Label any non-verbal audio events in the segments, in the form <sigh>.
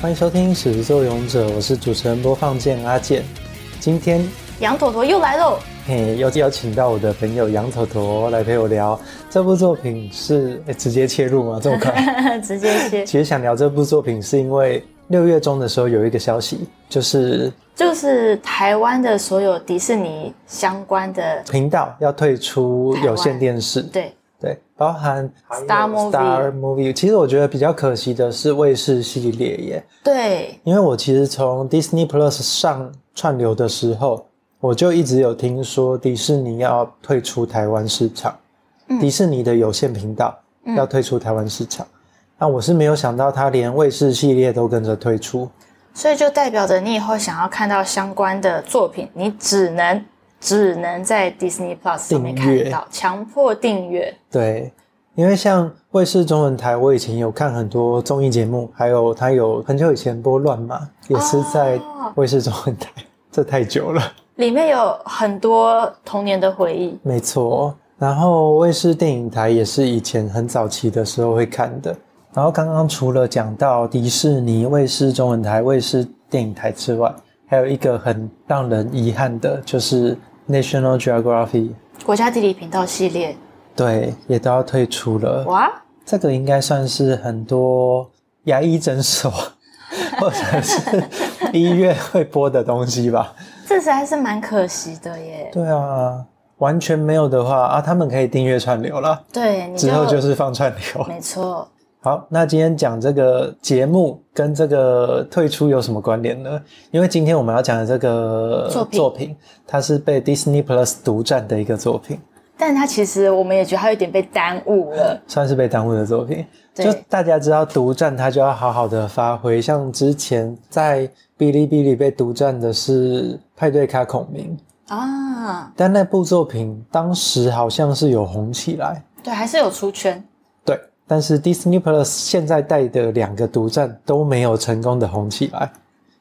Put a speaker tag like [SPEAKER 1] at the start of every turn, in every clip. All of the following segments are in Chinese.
[SPEAKER 1] 欢迎收听《始作俑者》，我是主持人播放键阿健。今天
[SPEAKER 2] 羊坨坨又来
[SPEAKER 1] <laughs>
[SPEAKER 2] 喽！
[SPEAKER 1] 嘿，又邀请到我的朋友杨头头来陪我聊这部作品是，诶直接切入吗？这么
[SPEAKER 2] <laughs>
[SPEAKER 1] 快？
[SPEAKER 2] 直接切，
[SPEAKER 1] 其实想聊这部作品是因为六月中的时候有一个消息，就是
[SPEAKER 2] 就是台湾的所有迪士尼相关的，
[SPEAKER 1] 频道要退出有线电视，
[SPEAKER 2] 对，
[SPEAKER 1] 对，包含
[SPEAKER 2] Star Movie
[SPEAKER 1] Star Movie。其实我觉得比较可惜的是卫视系列耶，
[SPEAKER 2] 对，
[SPEAKER 1] 因为我其实从 Disney Plus 上串流的时候，我就一直有听说迪士尼要退出台湾市场，
[SPEAKER 2] 嗯
[SPEAKER 1] 迪士尼的有线频道
[SPEAKER 2] 嗯
[SPEAKER 1] 要退出台湾市场。那我是没有想到，它连卫视系列都跟着退出。
[SPEAKER 2] 所以就代表着你以后想要看到相关的作品，你只能只能在 Disney Plus 上面
[SPEAKER 1] 订阅
[SPEAKER 2] 看到，强迫订阅。
[SPEAKER 1] 对，因为像卫视中文台，我以前有看很多综艺节目，还有它有很久以前播《乱码》，也是在
[SPEAKER 2] 哦
[SPEAKER 1] 卫视中文台，这太久了。
[SPEAKER 2] 里面有很多童年的回忆，
[SPEAKER 1] 没错，然后卫视电影台也是以前很早期的时候会看的。然后刚刚除了讲到迪士尼、卫视中文台、卫视电影台之外，还有一个很让人遗憾的，就是 National Geography，
[SPEAKER 2] 国家地理频道系列，
[SPEAKER 1] 对，也都要退出了。
[SPEAKER 2] 哇，
[SPEAKER 1] 这个应该算是很多牙医诊所或者是医院会播的东西吧。 <laughs>
[SPEAKER 2] 这实在是蛮可惜的耶。
[SPEAKER 1] 对啊，完全没有的话啊，他们可以订阅串流了，
[SPEAKER 2] 对，你
[SPEAKER 1] 之后就是放串流。
[SPEAKER 2] 没错，
[SPEAKER 1] 好，那今天讲这个节目跟这个退出有什么关联呢？因为今天我们要讲的这个
[SPEAKER 2] 作品
[SPEAKER 1] 它是被 Disney Plus 独占的一个作品，
[SPEAKER 2] 但它其实我们也觉得它有点被耽误了。
[SPEAKER 1] 算是被耽误的作品。
[SPEAKER 2] 对
[SPEAKER 1] 就大家知道独占，它就要好好的发挥。像之前在哔哩哔哩被独占的是《派对卡孔明》，
[SPEAKER 2] 啊，
[SPEAKER 1] 但那部作品当时好像是有红起来，
[SPEAKER 2] 对，还是有出圈。
[SPEAKER 1] 对。但是 Disney Plus 现在带的两个独占都没有成功的红起来，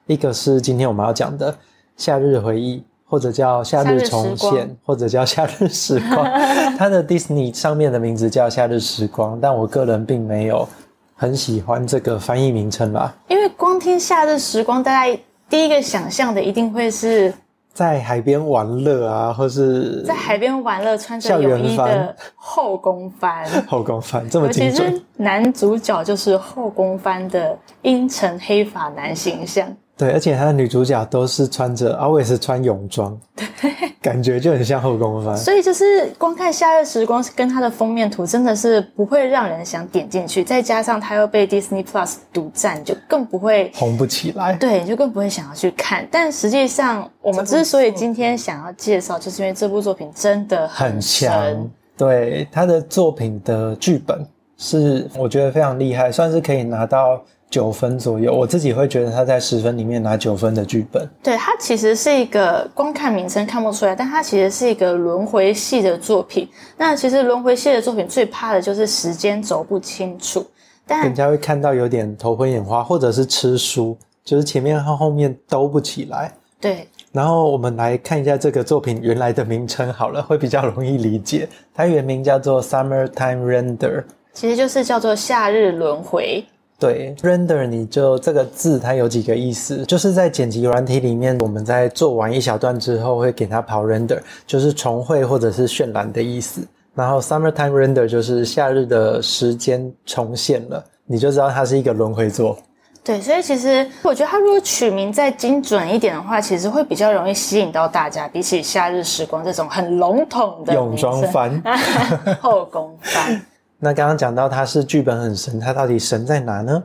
[SPEAKER 1] 一个是今天我们要讲的《夏日回忆》，或者叫《夏日重
[SPEAKER 2] 夏日时
[SPEAKER 1] 现》，或者叫《夏日时光》。
[SPEAKER 2] <laughs>
[SPEAKER 1] 它的 Disney 上面的名字叫《夏日时光》，但我个人并没有很喜欢这个翻译名称啦。
[SPEAKER 2] 因为光听夏日时光，大家第一个想象的一定会是
[SPEAKER 1] 在海边玩乐啊，或是
[SPEAKER 2] 在海边玩乐、穿
[SPEAKER 1] 校
[SPEAKER 2] 着
[SPEAKER 1] 园
[SPEAKER 2] 泳衣
[SPEAKER 1] 番
[SPEAKER 2] 的后宫
[SPEAKER 1] <laughs>
[SPEAKER 2] 番，
[SPEAKER 1] 后宫番这么
[SPEAKER 2] 尤其
[SPEAKER 1] 精准
[SPEAKER 2] 是，男主角就是后宫番的阴沉黑发男形象。
[SPEAKER 1] 对，而且它的女主角都是穿着 always 穿泳
[SPEAKER 2] <laughs>
[SPEAKER 1] 装，感觉就很像后宫番。
[SPEAKER 2] 所以就是光看《夏日时光》跟它的封面图，真的是不会让人想点进去。再加上它又被 Disney Plus 独占，就更不会
[SPEAKER 1] 红不起来，
[SPEAKER 2] 对，就更不会想要去看。但实际上，我们之所以今天想要介绍，就是因为这部作品真的
[SPEAKER 1] 很强
[SPEAKER 2] 神。。
[SPEAKER 1] 对他的作品的剧本是我觉得非常厉害，算是可以拿到九分左右。我自己会觉得他在十分里面拿九分的剧本。
[SPEAKER 2] 对，它其实是一个光看名称看不出来，但它其实是一个轮回系的作品。那其实轮回系的作品最怕的就是时间轴不清楚，但
[SPEAKER 1] 人家会看到有点头昏眼花，或者是吃书，就是前面和后面兜不起来。
[SPEAKER 2] 对
[SPEAKER 1] 然后我们来看一下这个作品原来的名称好了，会比较容易理解。它原名叫做《Summertime Render》。
[SPEAKER 2] 其实就是叫做夏日轮回。
[SPEAKER 1] 对，render 你就这个字它有几个意思，就是在剪辑软体里面，我们在做完一小段之后会给它跑 render，就是重绘或者是渲染的意思。然后 summertime render 就是夏日的时间重现了，你就知道它是一个轮回作。
[SPEAKER 2] 对，所以其实我觉得它如果取名再精准一点的话，其实会比较容易吸引到大家。比起《夏日时光》这种很笼统的
[SPEAKER 1] 泳装
[SPEAKER 2] 名称
[SPEAKER 1] 番
[SPEAKER 2] <laughs> 后宫番，
[SPEAKER 1] 那刚刚讲到它是剧本很神，它到底神在哪呢？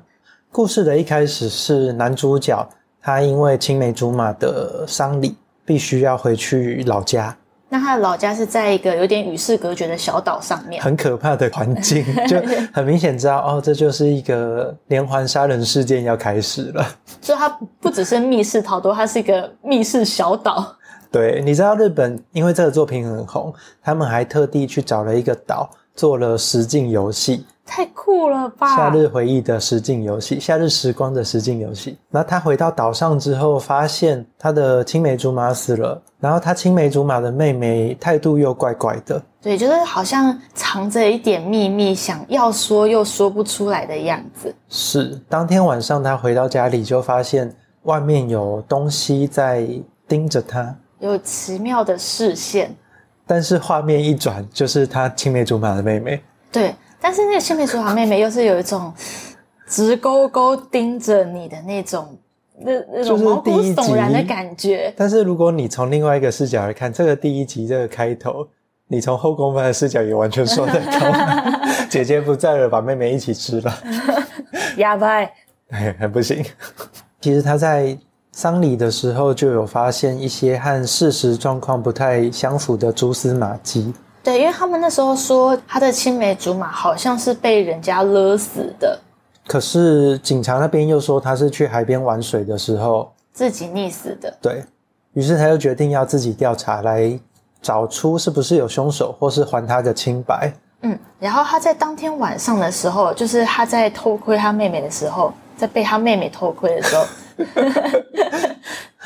[SPEAKER 1] 故事的一开始是男主角他因为青梅竹马的丧礼，必须要回去老家，
[SPEAKER 2] 那他的老家是在一个有点与世隔绝的小岛上面。
[SPEAKER 1] 很可怕的环境，就很明显知道哦，这就是一个连环杀人事件要开始了。 <laughs>
[SPEAKER 2] 所以它不只是密室逃脱，它是一个密室小岛。
[SPEAKER 1] 对，你知道日本因为这个作品很红，他们还特地去找了一个岛做了实境游戏。
[SPEAKER 2] 太酷了吧！
[SPEAKER 1] 夏日回忆的实境游戏，夏日时光的实境游戏。然后他回到岛上之后，发现他的青梅竹马死了，然后他青梅竹马的妹妹态度又怪怪的。
[SPEAKER 2] 对，就是好像藏着一点秘密，想要说又说不出来的样子。
[SPEAKER 1] 是，当天晚上他回到家里，就发现外面有东西在盯着他，
[SPEAKER 2] 有奇妙的视线。
[SPEAKER 1] 但是画面一转，就是他青梅竹马的妹妹。
[SPEAKER 2] 对，但是那个青梅竹马妹妹又是有一种直勾勾盯着你的那种，那那种毛骨
[SPEAKER 1] 就是第一集
[SPEAKER 2] 悚然的感觉。
[SPEAKER 1] 但是如果你从另外一个视角来看，这个第一集这个开头，你从后宫番的视角也完全说得通。姐姐不在了，把妹妹一起吃了，
[SPEAKER 2] 哑巴，欸
[SPEAKER 1] 哎，很不行。其实他在丧礼的时候就有发现一些和事实状况不太相符的蛛丝马迹。
[SPEAKER 2] 对，因为他们那时候说他的青梅竹马好像是被人家勒死的，
[SPEAKER 1] 可是警察那边又说他是去海边玩水的时候，
[SPEAKER 2] 自己溺死的。
[SPEAKER 1] 对于是他就决定要自己调查来找出是不是有凶手，或是还他个清白。
[SPEAKER 2] 嗯，然后他在当天晚上的时候，就是他在偷窥他妹妹的时候，在被他妹妹偷窥
[SPEAKER 1] <laughs>
[SPEAKER 2] 的时候，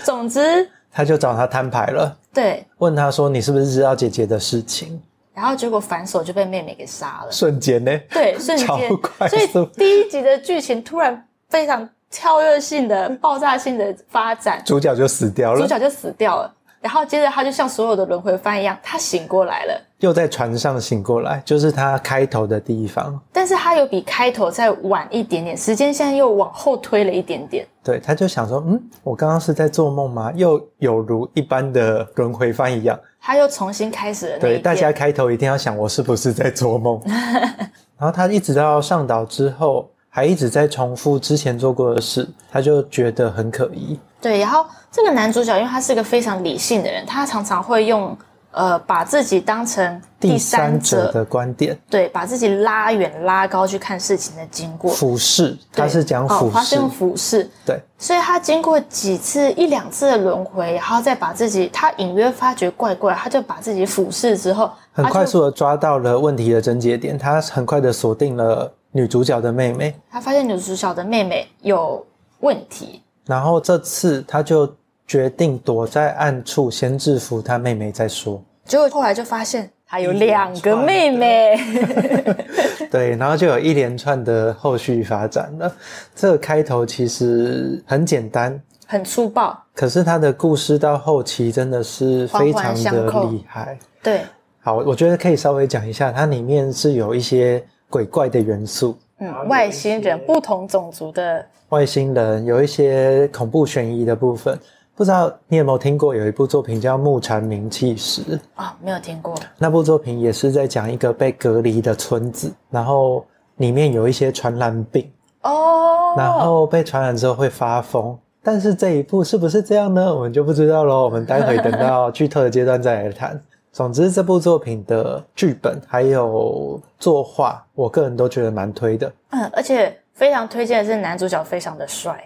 [SPEAKER 2] 总之
[SPEAKER 1] 他就找他摊牌了，
[SPEAKER 2] 对，
[SPEAKER 1] 问他说：“你是不是知道姐姐的事情
[SPEAKER 2] 然后结果反手就被妹妹给杀了？”。
[SPEAKER 1] 瞬间呢，
[SPEAKER 2] 对，瞬间
[SPEAKER 1] 超快，
[SPEAKER 2] 所以
[SPEAKER 1] 速
[SPEAKER 2] 第一集的剧情突然非常跳跃性的、 <laughs> 爆炸性的发展，
[SPEAKER 1] 主角就死掉
[SPEAKER 2] 主
[SPEAKER 1] 了，
[SPEAKER 2] 角就死掉了。然后接着他就像所有的轮回番一样，他醒过来了。
[SPEAKER 1] 又在船上醒过来，就是他开头的地方。
[SPEAKER 2] 但是他有比开头再晚一点点，时间现在又往后推了一点点。
[SPEAKER 1] 对，他就想说：“嗯，我刚刚是在做梦吗？”又有如一般的轮回番一样。
[SPEAKER 2] 他又重新开始了那一
[SPEAKER 1] 对，
[SPEAKER 2] 天
[SPEAKER 1] 大家开头一定要想我是不是在做梦。 <laughs> 然后他一直到上岛之后，还一直在重复之前做过的事，他就觉得很可疑。
[SPEAKER 2] 对，然后这个男主角因为他是个非常理性的人，他常常会用呃把自己当成
[SPEAKER 1] 第
[SPEAKER 2] 第
[SPEAKER 1] 三
[SPEAKER 2] 三
[SPEAKER 1] 者
[SPEAKER 2] 者，
[SPEAKER 1] 的观点，
[SPEAKER 2] 对，把自己拉远拉高去看事情的经过。
[SPEAKER 1] 俯视，
[SPEAKER 2] 对
[SPEAKER 1] 他是讲
[SPEAKER 2] 哦
[SPEAKER 1] 俯，
[SPEAKER 2] 他
[SPEAKER 1] 视，
[SPEAKER 2] 是用俯视，
[SPEAKER 1] 对，
[SPEAKER 2] 所以他经过几次一两次的轮回，然后再把自己，他隐约发觉怪怪，他就把自己俯视之后，
[SPEAKER 1] 很
[SPEAKER 2] 他就
[SPEAKER 1] 快速的抓到了问题的症结点，他很快的锁定了女主角的妹妹，
[SPEAKER 2] 他发现女主角的妹妹有问题，
[SPEAKER 1] 然后这次他就决定躲在暗处先制服他妹妹再说，
[SPEAKER 2] 结果后来就发现他有
[SPEAKER 1] 一连
[SPEAKER 2] 两个
[SPEAKER 1] 串的
[SPEAKER 2] 妹妹，
[SPEAKER 1] <laughs> 对，然后就有一连串的后续发展了。这个开头其实很简单，
[SPEAKER 2] <laughs> 很粗暴，
[SPEAKER 1] 可是他的故事到后期真的是非常的
[SPEAKER 2] 环环相扣
[SPEAKER 1] 厉害。
[SPEAKER 2] 对，
[SPEAKER 1] 好，我觉得可以稍微讲一下，它里面是有一些鬼怪的元素，
[SPEAKER 2] 嗯，外星人不同种族的
[SPEAKER 1] 外星人，有一些恐怖悬疑的部分。不知道你有没有听过有一部作品叫《木蝉鸣泣时》，
[SPEAKER 2] 啊、没有听过，
[SPEAKER 1] 那部作品也是在讲一个被隔离的村子，然后里面有一些传染病，
[SPEAKER 2] 哦，
[SPEAKER 1] 然后被传染之后会发疯。但是这一部是不是这样呢？我们就不知道喽。我们待会等到剧透的阶段再来谈。总之，这部作品的剧本还有作画，我个人都觉得蛮推的。
[SPEAKER 2] 嗯，而且非常推荐的是男主角非常
[SPEAKER 1] <laughs>
[SPEAKER 2] 的帅，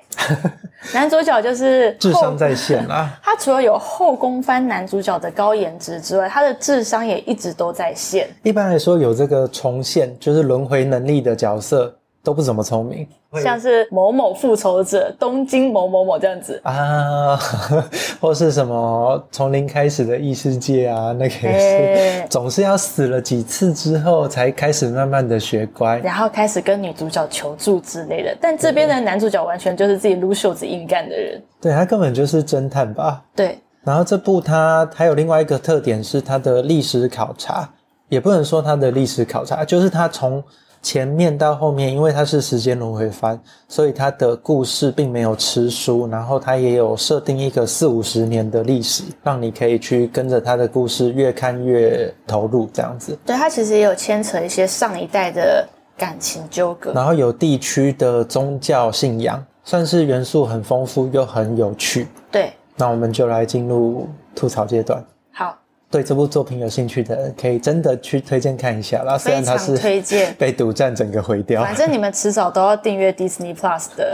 [SPEAKER 2] 男主角就是
[SPEAKER 1] 智商
[SPEAKER 2] 后，
[SPEAKER 1] 在线啊啦
[SPEAKER 2] <laughs> 他除了有后宫番男主角的高颜值之外，他的智商也一直都在线。
[SPEAKER 1] 一般来说有这个重现就是轮回能力的角色都不怎么聪明，
[SPEAKER 2] 像是某某复仇者、东京某某某这样子，
[SPEAKER 1] 啊， <laughs> 或是什么从零开始的异世界啊，那个也是，
[SPEAKER 2] 哎
[SPEAKER 1] 总是要死了几次之后才开始慢慢的学乖。
[SPEAKER 2] 然后开始跟女主角求助之类的。但这边的男主角完全就是自己撸袖子硬干的人。
[SPEAKER 1] 对他根本就是侦探吧。
[SPEAKER 2] 对，
[SPEAKER 1] 然后这部它还有另外一个特点是它的历史考察，也不能说它的历史考察，就是它从前面到后面，因为它是时间轮回番，所以它的故事并没有吃书，然后它也有设定一个四五十年的历史，让你可以去跟着它的故事越看越投入这样子。
[SPEAKER 2] 对他其实也有牵扯一些上一代的感情纠葛。
[SPEAKER 1] 然后有地区的宗教信仰，算是元素很丰富又很有趣。
[SPEAKER 2] 对，
[SPEAKER 1] 那我们就来进入吐槽阶段。
[SPEAKER 2] 好，
[SPEAKER 1] 对这部作品有兴趣的人，可以真的去推荐看一下啦。虽
[SPEAKER 2] 非
[SPEAKER 1] 然它
[SPEAKER 2] 常
[SPEAKER 1] 是。
[SPEAKER 2] 推
[SPEAKER 1] <laughs>
[SPEAKER 2] 荐
[SPEAKER 1] 被独占整个毁掉
[SPEAKER 2] 反，正你们迟早都要订阅 Disney Plus <laughs> 的，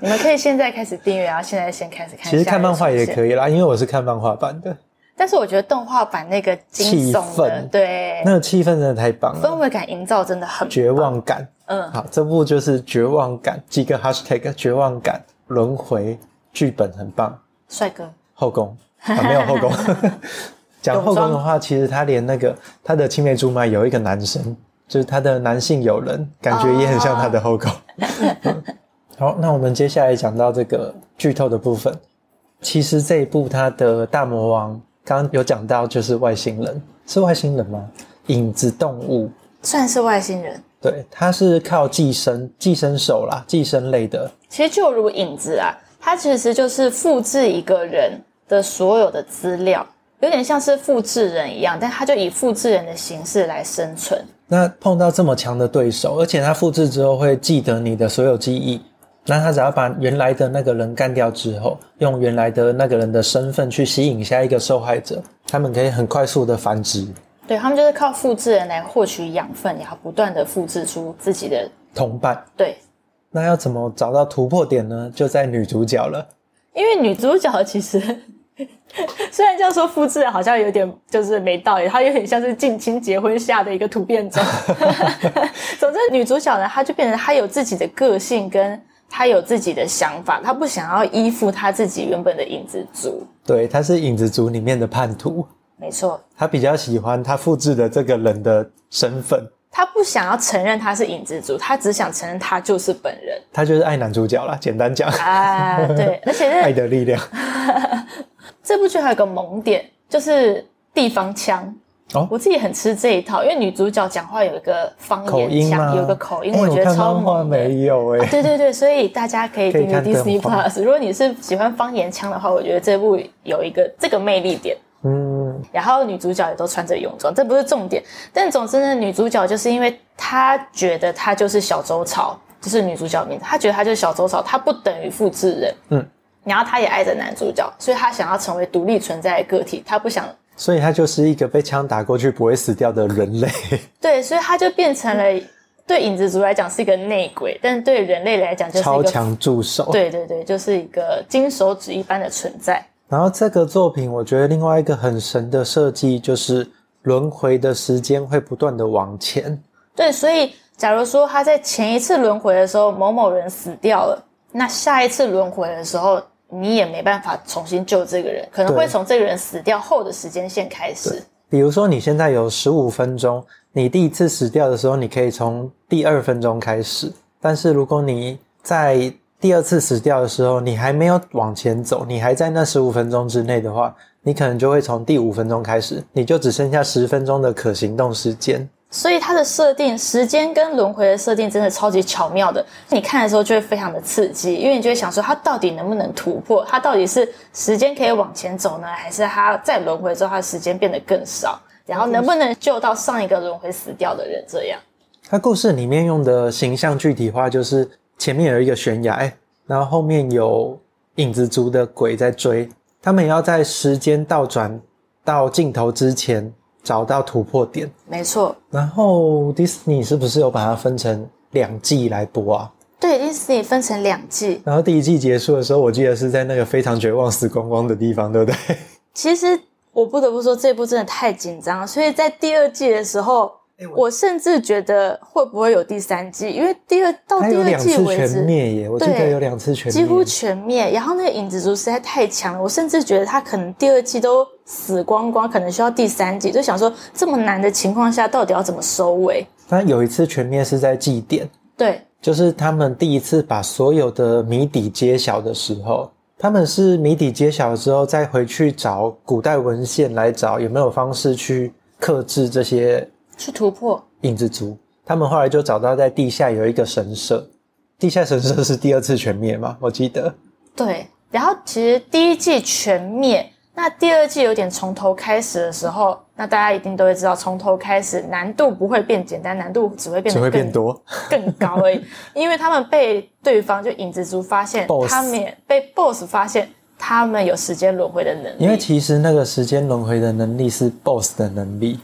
[SPEAKER 2] 你啊们可以现在开始订阅，然后现在先开始看。
[SPEAKER 1] 其实看漫画也
[SPEAKER 2] 以，
[SPEAKER 1] 可以啦，因为我是看漫画版的。
[SPEAKER 2] 但是我觉得动画版那个惊悚
[SPEAKER 1] 气
[SPEAKER 2] 的
[SPEAKER 1] 氛，
[SPEAKER 2] 对
[SPEAKER 1] 那个气氛真的太棒
[SPEAKER 2] 氛
[SPEAKER 1] 了，
[SPEAKER 2] 围感营造真的很
[SPEAKER 1] 绝望感。
[SPEAKER 2] 嗯，
[SPEAKER 1] 好，这部就是绝望感，几个 hashtag 绝望感轮回剧本很棒，
[SPEAKER 2] 帅哥，
[SPEAKER 1] 后宫啊没有后宫。讲后宫的话，其实他连那个他的青梅竹马有一个男生，就是他的男性友人，感觉也很像他的后宫。 <laughs> 好，那我们接下来讲到这个剧透的部分。其实这一部他的大魔王刚刚有讲到，就是外星人，是外星人吗？影子动物，
[SPEAKER 2] 算是外星人。
[SPEAKER 1] 对，它是靠寄生寄生兽啦，寄生类的
[SPEAKER 2] 其实就如影子啊，它其实就是复制一个人的所有的资料，有点像是复制人一样，但它就以复制人的形式来生存。
[SPEAKER 1] 那碰到这么强的对手，而且他复制之后会记得你的所有记忆，那他只要把原来的那个人干掉之后，用原来的那个人的身份去吸引下一个受害者，他们可以很快速的繁殖，
[SPEAKER 2] 对他们就是靠复制人来获取养分，然后不断的复制出自己的
[SPEAKER 1] 同伴。
[SPEAKER 2] 对。
[SPEAKER 1] 那要怎么找到突破点呢？就在女主角了。
[SPEAKER 2] 因为女主角其实 <laughs> 虽然这样说复制人好像有点就是没道理，她有点像是近亲结婚下的一个突变种。总之，女主角呢，她就变成她有自己的个性，跟她有自己的想法，她不想要依附她自己原本的影子族。
[SPEAKER 1] 对，她是影子族里面的叛徒，
[SPEAKER 2] 没错，
[SPEAKER 1] 她比较喜欢她复制的这个人的身份，
[SPEAKER 2] 她不想要承认她是影子族，她只想承认她就是本人。
[SPEAKER 1] 她就是爱男主角啦。简单讲，
[SPEAKER 2] 啊，对，而且
[SPEAKER 1] 爱
[SPEAKER 2] 是
[SPEAKER 1] 的力量。
[SPEAKER 2] 这部剧还有个萌点，就是地方腔。
[SPEAKER 1] 哦
[SPEAKER 2] 我自己很吃这一套，因为女主角讲话有一个方
[SPEAKER 1] 口
[SPEAKER 2] 言
[SPEAKER 1] 音吗？
[SPEAKER 2] 腔，有一个口音，
[SPEAKER 1] 哎
[SPEAKER 2] 我觉得
[SPEAKER 1] 看
[SPEAKER 2] 超
[SPEAKER 1] 漫画
[SPEAKER 2] 萌的。啊
[SPEAKER 1] 没有哎、
[SPEAKER 2] 对对对，所以大家可以
[SPEAKER 1] 可以
[SPEAKER 2] 订阅
[SPEAKER 1] 看动
[SPEAKER 2] Disney
[SPEAKER 1] 画
[SPEAKER 2] Plus。如果你是喜欢方言腔的话，我觉得这部有一个这个魅力点。
[SPEAKER 1] 嗯，
[SPEAKER 2] 然后女主角也都穿着泳装，这不是重点。但总之呢，女主角就是因为她觉得她就是小周朝，就是女主角的名字，她觉得她就是小周朝，她不等于复制人。
[SPEAKER 1] 嗯，
[SPEAKER 2] 然后她也爱着男主角，所以她想要成为独立存在的个体，她不想
[SPEAKER 1] 所以他就是一个被枪打过去不会死掉的人
[SPEAKER 2] <laughs>
[SPEAKER 1] 类。
[SPEAKER 2] 对，所以她就变成了对影子族来讲是一个内鬼，但是对人类来讲就是
[SPEAKER 1] 超
[SPEAKER 2] 一个
[SPEAKER 1] 强助手。
[SPEAKER 2] 对对对，就是一个金手指一般的存在。
[SPEAKER 1] 然后这个作品，我觉得另外一个很神的设计就是轮回的时间会不断的往前，
[SPEAKER 2] 对，所以假如说他在前一次轮回的时候某某人死掉了，那下一次轮回的时候，你也没办法重新救这个人，可能
[SPEAKER 1] 对
[SPEAKER 2] 会从这个人死掉后的时间线开始。
[SPEAKER 1] 比如说，你现在有十五分钟，你第一次死掉的时候，你可以从第二分钟开始。但是如果你在第二次死掉的时候，你还没有往前走，你还在那十五分钟之内的话，你可能就会从第五分钟开始，你就只剩下十分钟的可行动时间。
[SPEAKER 2] 所以它的设定、时间跟轮回的设定真的超级巧妙的，你看的时候就会非常的刺激，因为你就会想说它到底能不能突破，它到底是时间可以往前走呢，还是它在轮回之后它的时间变得更少，然后能不能救到上一个轮回死掉的人这样。
[SPEAKER 1] 它故事里面用的形象具体化就是前面有一个悬崖，哎然后后面有影子族的鬼在追，他们也要在时间倒转到尽头之前找到突破点。
[SPEAKER 2] 没错，
[SPEAKER 1] 然后 Disney 是不是有把它分成两季来播啊？
[SPEAKER 2] 对，Disney 分成两季。
[SPEAKER 1] 然后第一季结束的时候，我记得是在那个非常绝望死光光的地方，对不对？
[SPEAKER 2] 其实我不得不说，这部真的太紧张了，所以在第二季的时候，
[SPEAKER 1] 哎
[SPEAKER 2] 我甚至觉得会不会有第三季，因为第二
[SPEAKER 1] <laughs>
[SPEAKER 2] 到
[SPEAKER 1] 它
[SPEAKER 2] 哦第
[SPEAKER 1] 有
[SPEAKER 2] 二
[SPEAKER 1] 两
[SPEAKER 2] 季
[SPEAKER 1] 次
[SPEAKER 2] 为
[SPEAKER 1] 全
[SPEAKER 2] 止。
[SPEAKER 1] 灭耶，我记得
[SPEAKER 2] 对
[SPEAKER 1] 有两次全
[SPEAKER 2] 几乎
[SPEAKER 1] 灭。
[SPEAKER 2] 全灭，然后那个影子族实在太强了，我甚至觉得他可能第二季都死光光，可能需要第三季。就想说这么难的情况下，到底要怎么收尾？
[SPEAKER 1] 但有一次全灭是在祭典，
[SPEAKER 2] 对，
[SPEAKER 1] 就是他们第一次把所有的谜底揭晓的时候，他们是谜底揭晓之后再回去找古代文献来找有没有方式去克制这些
[SPEAKER 2] 去突破。
[SPEAKER 1] 影子族。他们后来就找到在地下有一个神社，地下神社是第二次全灭嘛？我记得
[SPEAKER 2] 对，然后其实第一季全灭，那第二季有点从头开始的时候，那大家一定都会知道，从头开始难度不会变简单，难度只会变
[SPEAKER 1] 只
[SPEAKER 2] 得
[SPEAKER 1] 会
[SPEAKER 2] 更
[SPEAKER 1] 变多。
[SPEAKER 2] 更高而已，因为他们被对方就影子族发现
[SPEAKER 1] Boss
[SPEAKER 2] 他们也被 BOSS 发现他们有时间轮回的能力，
[SPEAKER 1] 因为其实那个时间轮回的能力是 BOSS 的能力，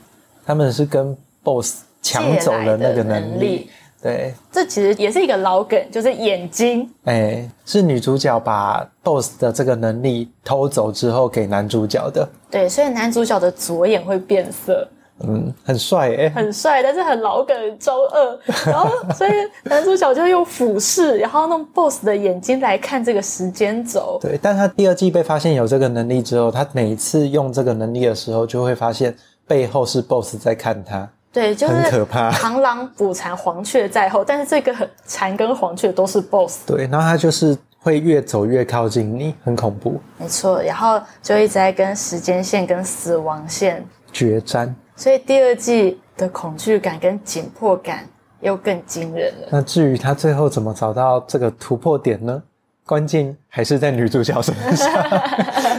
[SPEAKER 1] 他们是跟 BOSS 抢走了那个能力。
[SPEAKER 2] 借来的能力
[SPEAKER 1] 对，
[SPEAKER 2] 这其实也是一个老梗，就是眼睛。
[SPEAKER 1] 哎，是女主角把 DOS 的这个能力偷走之后给男主角的，
[SPEAKER 2] 对，所以男主角的左眼会变色，
[SPEAKER 1] 嗯，很帅哎、
[SPEAKER 2] 很帅，但是很老梗，中二。然后，所以男主角就用俯视，然后弄 BOSS 的眼睛来看这个时间轴。
[SPEAKER 1] 对，但他第二季被发现有这个能力之后，他每一次用这个能力的时候，就会发现背后是 BOSS 在看他，
[SPEAKER 2] 对，就是
[SPEAKER 1] 很可怕
[SPEAKER 2] 螳螂捕蝉，黄雀在后，但是这个蝉跟黄雀都是 BOSS。
[SPEAKER 1] 对，然后他就是会越走越靠近你，很恐怖，
[SPEAKER 2] 没错，然后就一直在跟时间线跟死亡线，
[SPEAKER 1] 决战。
[SPEAKER 2] 所以第二季的恐惧感跟紧迫感又更惊人了。
[SPEAKER 1] 那至于他最后怎么找到这个突破点呢？关键还是在女主角身上，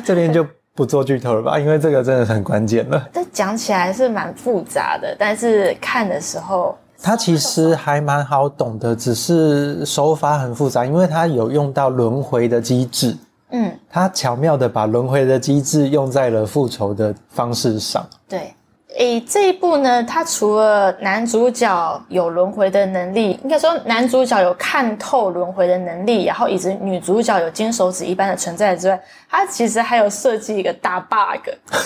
[SPEAKER 1] 这边就不做剧透了吧，因为这个真的很关键了。
[SPEAKER 2] 这讲起来是蛮复杂的，但是看的时候，
[SPEAKER 1] 它其实还蛮好懂的，只是手法很复杂，因为它有用到轮回的机制，
[SPEAKER 2] 嗯，
[SPEAKER 1] 它巧妙的把轮回的机制用在了复仇的方式上。
[SPEAKER 2] 对。诶，这一部呢，它除了男主角有轮回的能力，应该说男主角有看透轮回的能力，然后以及女主角有金手指一般的存在之外，它其实还有设计一个大 bug，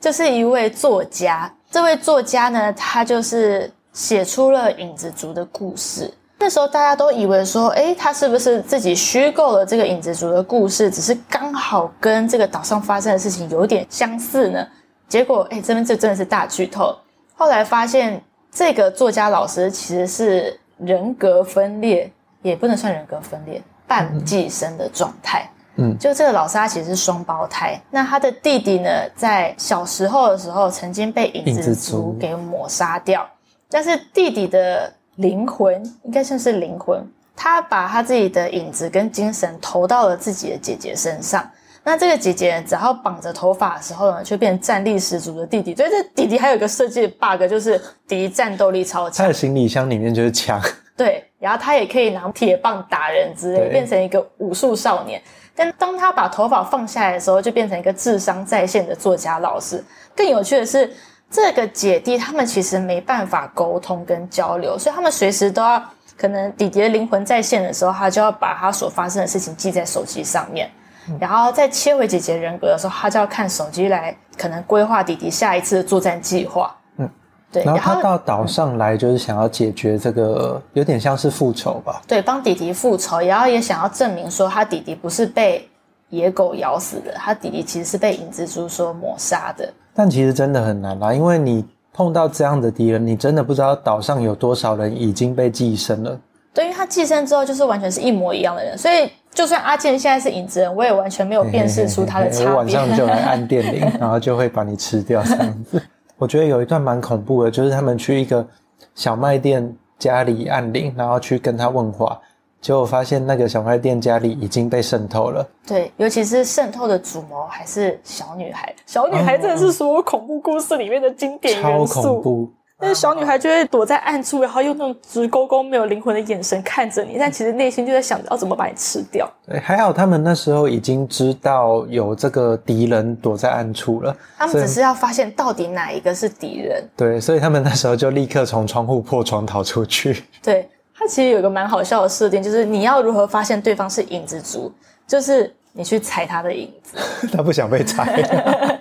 [SPEAKER 2] 就是 <laughs> 一位作家。这位作家呢，他就是写出了《影子族》的故事。那时候大家都以为说，诶，他是不是自己虚构了这个《影子族》的故事，只是刚好跟这个岛上发生的事情有点相似呢？结果，哎、这边这真的是大剧透。后来发现，这个作家老师其实是人格分裂，也不能算人格分裂，半寄生的状态。
[SPEAKER 1] 嗯
[SPEAKER 2] 就这个老师他其实是双胞胎，那他的弟弟呢，在小时候的时候曾经被影
[SPEAKER 1] 影
[SPEAKER 2] 子
[SPEAKER 1] 子
[SPEAKER 2] 族
[SPEAKER 1] 族
[SPEAKER 2] 给抹杀掉，但是弟弟的灵魂应该算是灵魂，他把他自己的影子跟精神投到了自己的姐姐身上。那这个姐姐只要绑着头发的时候呢，就变成战力十足的弟弟。所以这弟弟还有一个设计的 bug，就是敌战斗力超强
[SPEAKER 1] 他。的行李箱里面就是枪，
[SPEAKER 2] <laughs> 对，然后他也可以拿铁棒打人之类，
[SPEAKER 1] 对
[SPEAKER 2] 变成一个武术少年。但当他把头发放下来的时候，就变成一个智商在线的作家老师。更有趣的是，这个姐弟他们其实没办法沟通跟交流，所以他们随时都要，可能弟弟的灵魂在线的时候，他就要把他所发生的事情记在手机上面。
[SPEAKER 1] 嗯
[SPEAKER 2] 然后再切回姐姐人格的时候，他就要看手机来可能规划弟弟下一次的作战计划。
[SPEAKER 1] 嗯，
[SPEAKER 2] 对。
[SPEAKER 1] 然后他到岛上来就是想要解决这个，有点像是复仇吧。
[SPEAKER 2] 对，帮弟弟复仇，然后也想要证明说他弟弟不是被野狗咬死的，他弟弟其实是被影蜘蛛所抹杀的。
[SPEAKER 1] 但其实真的很难啦，啊因为你碰到这样的敌人，你真的不知道岛上有多少人已经被寄生了。
[SPEAKER 2] 对，因为他寄生之后就是完全是一模一样的人，所以就算阿健现在是影子人，我也完
[SPEAKER 1] 嗯
[SPEAKER 2] 全没有辨识出他的
[SPEAKER 1] 嘿嘿嘿
[SPEAKER 2] 差
[SPEAKER 1] 哎我晚
[SPEAKER 2] 别。
[SPEAKER 1] 上就来按电铃，然后就会把你吃掉这样子。我觉得有一段蛮恐怖的，就是他们去一个小卖店家里按铃，然后去跟他问话，结果发现那个小卖店家里已经被渗透了。
[SPEAKER 2] <laughs> 对，尤其是渗透的主谋还是小女孩，小女孩真的是所有恐怖故事里面的经典
[SPEAKER 1] 哦超
[SPEAKER 2] 元
[SPEAKER 1] 恐
[SPEAKER 2] 素。
[SPEAKER 1] 怖！
[SPEAKER 2] 那小女孩就会躲在暗处，然后用那种直勾勾、没有灵魂的眼神看着你，但其实内心就在想着要怎么把你吃掉。
[SPEAKER 1] 对，哎还好他们那时候已经知道有这个敌人躲在暗处了，
[SPEAKER 2] 他们
[SPEAKER 1] 所以
[SPEAKER 2] 只是要发现到底哪一个是敌人。
[SPEAKER 1] 对，所以他们那时候就立刻从窗户破窗逃出去。 <laughs>
[SPEAKER 2] 对，它其实有一个蛮好笑的设定，就是你要如何发现对方是影子族，就是你去踩他的影子。 <laughs>
[SPEAKER 1] 他不想被踩，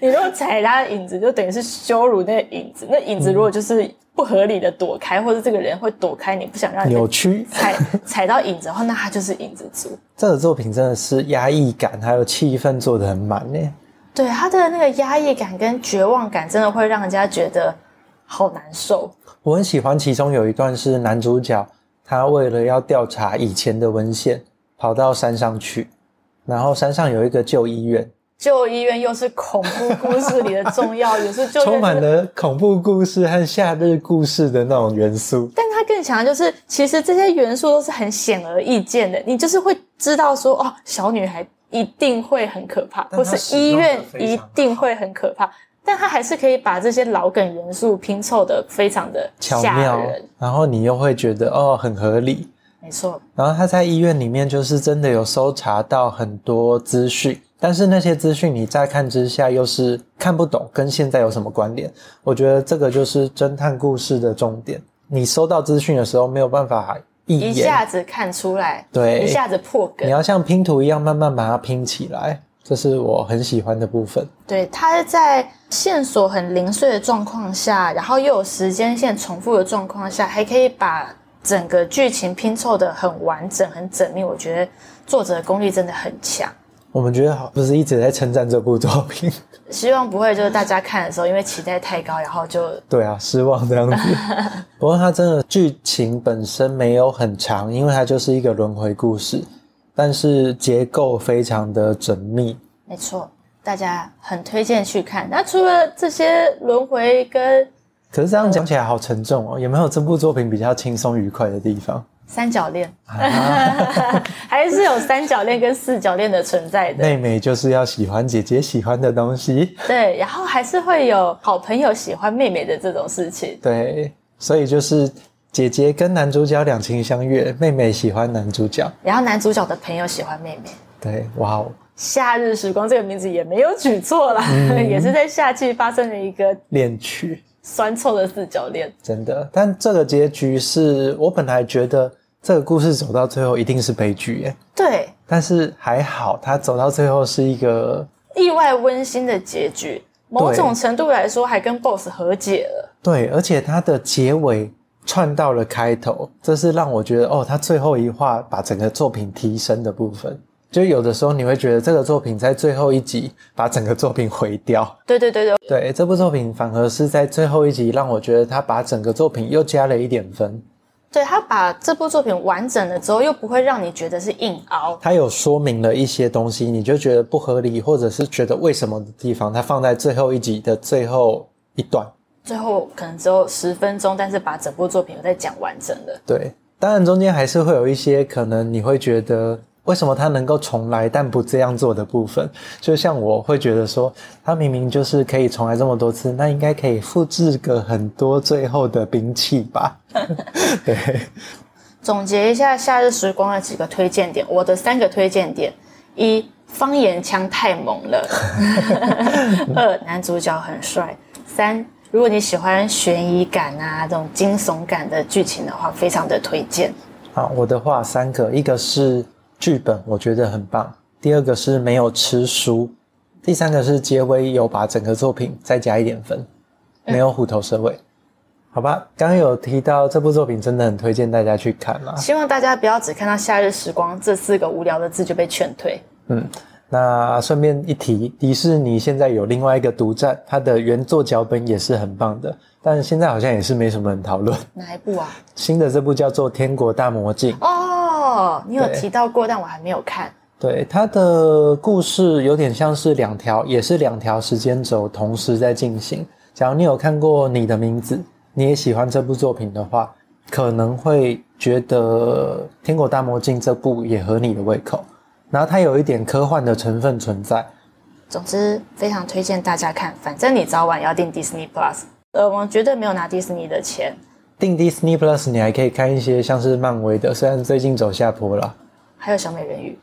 [SPEAKER 2] 你如果踩他的影子，就等于是羞辱那个影子。那影子如果就是不合理的躲开，或者这个人会躲开你，不想让你
[SPEAKER 1] 扭曲。
[SPEAKER 2] 踩 <laughs> 踩到影子的话，那他就是影子族。
[SPEAKER 1] 这个作品真的是压抑感还有气氛做得很满呢。
[SPEAKER 2] 对他的那个压抑感跟绝望感，真的会让人家觉得好难受。
[SPEAKER 1] 我很喜欢其中有一段是男主角他为了要调查以前的文献，跑到山上去，然后山上有一个旧医院，
[SPEAKER 2] 旧医院又是恐怖故事里的重要元素， <laughs>
[SPEAKER 1] 充满
[SPEAKER 2] 了。
[SPEAKER 1] 了恐怖故事和夏日故事的那种元素。
[SPEAKER 2] 但它更强的就是，其实这些元素都是很显而易见的，你就是会知道说，哦，小女孩一定会很可怕，
[SPEAKER 1] 但它
[SPEAKER 2] 或是医院
[SPEAKER 1] 使用得非
[SPEAKER 2] 一
[SPEAKER 1] 常好
[SPEAKER 2] 定会很可怕，但它还是可以把这些老梗元素拼凑的非常的
[SPEAKER 1] 巧
[SPEAKER 2] 吓
[SPEAKER 1] 妙
[SPEAKER 2] 人。，
[SPEAKER 1] 然后你又会觉得哦很合理，
[SPEAKER 2] 没错，
[SPEAKER 1] 然后他在医院里面就是真的有搜查到很多资讯，但是那些资讯你乍看之下又是看不懂，跟现在有什么关联？我觉得这个就是侦探故事的重点。你收到资讯的时候没有办法一眼
[SPEAKER 2] 一下子看出来，
[SPEAKER 1] 对
[SPEAKER 2] 一下子破梗
[SPEAKER 1] 你。要像拼图一样慢慢把它拼起来，这是我很喜欢的部分。
[SPEAKER 2] 对，它在线索很零碎的状况下，然后又有时间线重复的状况下，还可以把整个剧情拼凑的很完整、很缜密。我觉得作者的功力真的很强。
[SPEAKER 1] 我们觉得好，不是一直在称赞这部作品，
[SPEAKER 2] 希望不会就是大家看的时候，因为期待太高，然后就
[SPEAKER 1] 对啊，失望这样子。不过它真的剧情本身没有很长，因为它就是一个轮回故事，但是结构非常的缜密。
[SPEAKER 2] 没哎错，大家很推荐去看。那除了这些轮回跟
[SPEAKER 1] 可是这样讲起来好沉重哦，有没有这部作品比较轻松愉快的地方？
[SPEAKER 2] 三角恋，
[SPEAKER 1] 啊，
[SPEAKER 2] 还是有三角恋跟四角恋的存在的。
[SPEAKER 1] 妹妹就是要喜欢姐姐喜欢的东西，
[SPEAKER 2] 对，然后还是会有好朋友喜欢妹妹的这种事情。
[SPEAKER 1] 对，所以就是姐姐跟男主角两情相悦，妹妹喜欢男主角，
[SPEAKER 2] 然后男主角的朋友喜欢妹妹。
[SPEAKER 1] 对，哇哦，
[SPEAKER 2] 夏日时光这个名字也没有取错啦， <laughs> 也是在夏季发生了一个
[SPEAKER 1] 恋曲。
[SPEAKER 2] 酸臭的四角恋。
[SPEAKER 1] 真的。但这个结局是我本来觉得这个故事走到最后一定是悲剧耶，
[SPEAKER 2] 对，
[SPEAKER 1] 但是还好，它走到最后是一个
[SPEAKER 2] 意外温馨的结局，某
[SPEAKER 1] 对
[SPEAKER 2] 种程度来说还跟 BOSS 和解了。
[SPEAKER 1] 对，而且它的结尾串到了开头，这是让我觉得哦，它最后一话把整个作品提升的部分。就有的时候你会觉得这个作品在最后一集把整个作品毁掉，
[SPEAKER 2] 对对对对，
[SPEAKER 1] 对这部作品反而是在最后一集让我觉得它把整个作品又加了一点分。
[SPEAKER 2] 对他把这部作品完整了之后，又不会让你觉得是硬凹。
[SPEAKER 1] 它有说明了一些东西，你就觉得不合理，或者是觉得为什么的地方，它放在最后一集的最后一段。
[SPEAKER 2] 最后可能只有十分钟，但是把整部作品都在讲完整了。
[SPEAKER 1] 对，当然中间还是会有一些可能你会觉得为什么它能够重来但不这样做的部分，就像我会觉得说，它明明就是可以重来这么多次，那应该可以复制个很多最后的兵器吧？ <laughs> 对，
[SPEAKER 2] 总结一下夏日时光的几个推荐点，我的三个推荐点：一，方言腔太猛了；二，男主角很帅；三，如果你喜欢悬疑感啊这种惊悚感的剧情的话，非常的推荐。
[SPEAKER 1] 好，我的话三个，一个是剧本，我觉得很棒；第二个是没有吃书；第三个是结尾有把整个作品再加一点分，没有虎头蛇尾。好吧，刚刚有提到这部作品真的很推荐大家去看啦。
[SPEAKER 2] 希望大家不要只看到“夏日时光”这四个无聊的字就被劝退。
[SPEAKER 1] 嗯，那顺便一提，迪士尼现在有另外一个独占，它的原作脚本也是很棒的，但现在好像也是没什么人讨论。
[SPEAKER 2] 哪一部啊？
[SPEAKER 1] 新的这部叫做《天国大魔镜》。
[SPEAKER 2] 哦，你有
[SPEAKER 1] 对
[SPEAKER 2] 提到过，但我还没有看。
[SPEAKER 1] 对，它的故事有点像是两条，也是两条时间轴同时在进行。假如你有看过《你的名字》，你也喜欢这部作品的话，可能会觉得《天国大魔镜》这部也合你的胃口。然后它有一点科幻的成分存在，
[SPEAKER 2] 总之，非常推荐大家看，反正你早晚要订 Disney Plus。呃，我绝对没有拿迪士尼的钱，
[SPEAKER 1] 订 Disney Plus 你还可以看一些像是漫威的，虽然最近走下坡了。
[SPEAKER 2] 还有小美人鱼，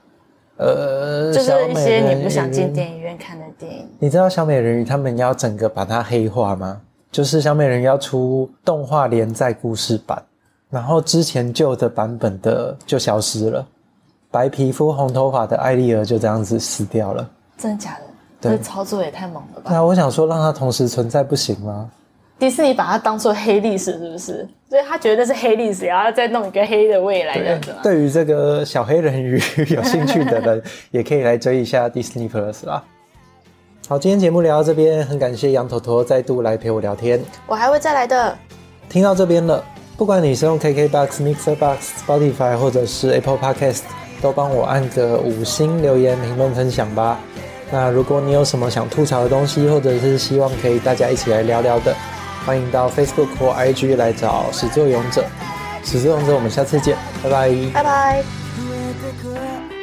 [SPEAKER 1] 呃，
[SPEAKER 2] 就是一些你不
[SPEAKER 1] 小美人
[SPEAKER 2] 想
[SPEAKER 1] 鱼
[SPEAKER 2] 进电影院看的电影。
[SPEAKER 1] 你知道小美人鱼他们要整个把它黑化吗？就是小美人鱼要出动画连载故事版，然后之前旧的版本的就消失了，白皮肤红头发的艾丽儿就这样子死掉了。
[SPEAKER 2] 真的假的？
[SPEAKER 1] 对
[SPEAKER 2] 这操作也太猛了吧！
[SPEAKER 1] 那我想说，让它同时存在不行吗？
[SPEAKER 2] 迪士尼把它当做黑历史，是不是？所以他觉得那是黑历史，然后再弄一个黑的未来这样子嘛。啊
[SPEAKER 1] 对于这个小黑人鱼有兴趣的
[SPEAKER 2] <laughs>
[SPEAKER 1] 人，也可以来追一下 Disney Plus 啦。好，今天节目聊到这边，很感谢羊头头再度来陪我聊天。
[SPEAKER 2] 我还会再来的。
[SPEAKER 1] 听到这边了，不管你是用 KKBox、Mixer Box、Spotify 或者是 Apple Podcast，都帮我按个五星留言、评论、分享吧。那如果你有什么想吐槽的东西，或者是希望可以大家一起来聊聊的，欢迎到 Facebook 或 IG 来找始作俑者。始作俑者，我们下次见，拜拜
[SPEAKER 2] 拜拜。
[SPEAKER 3] 増えてく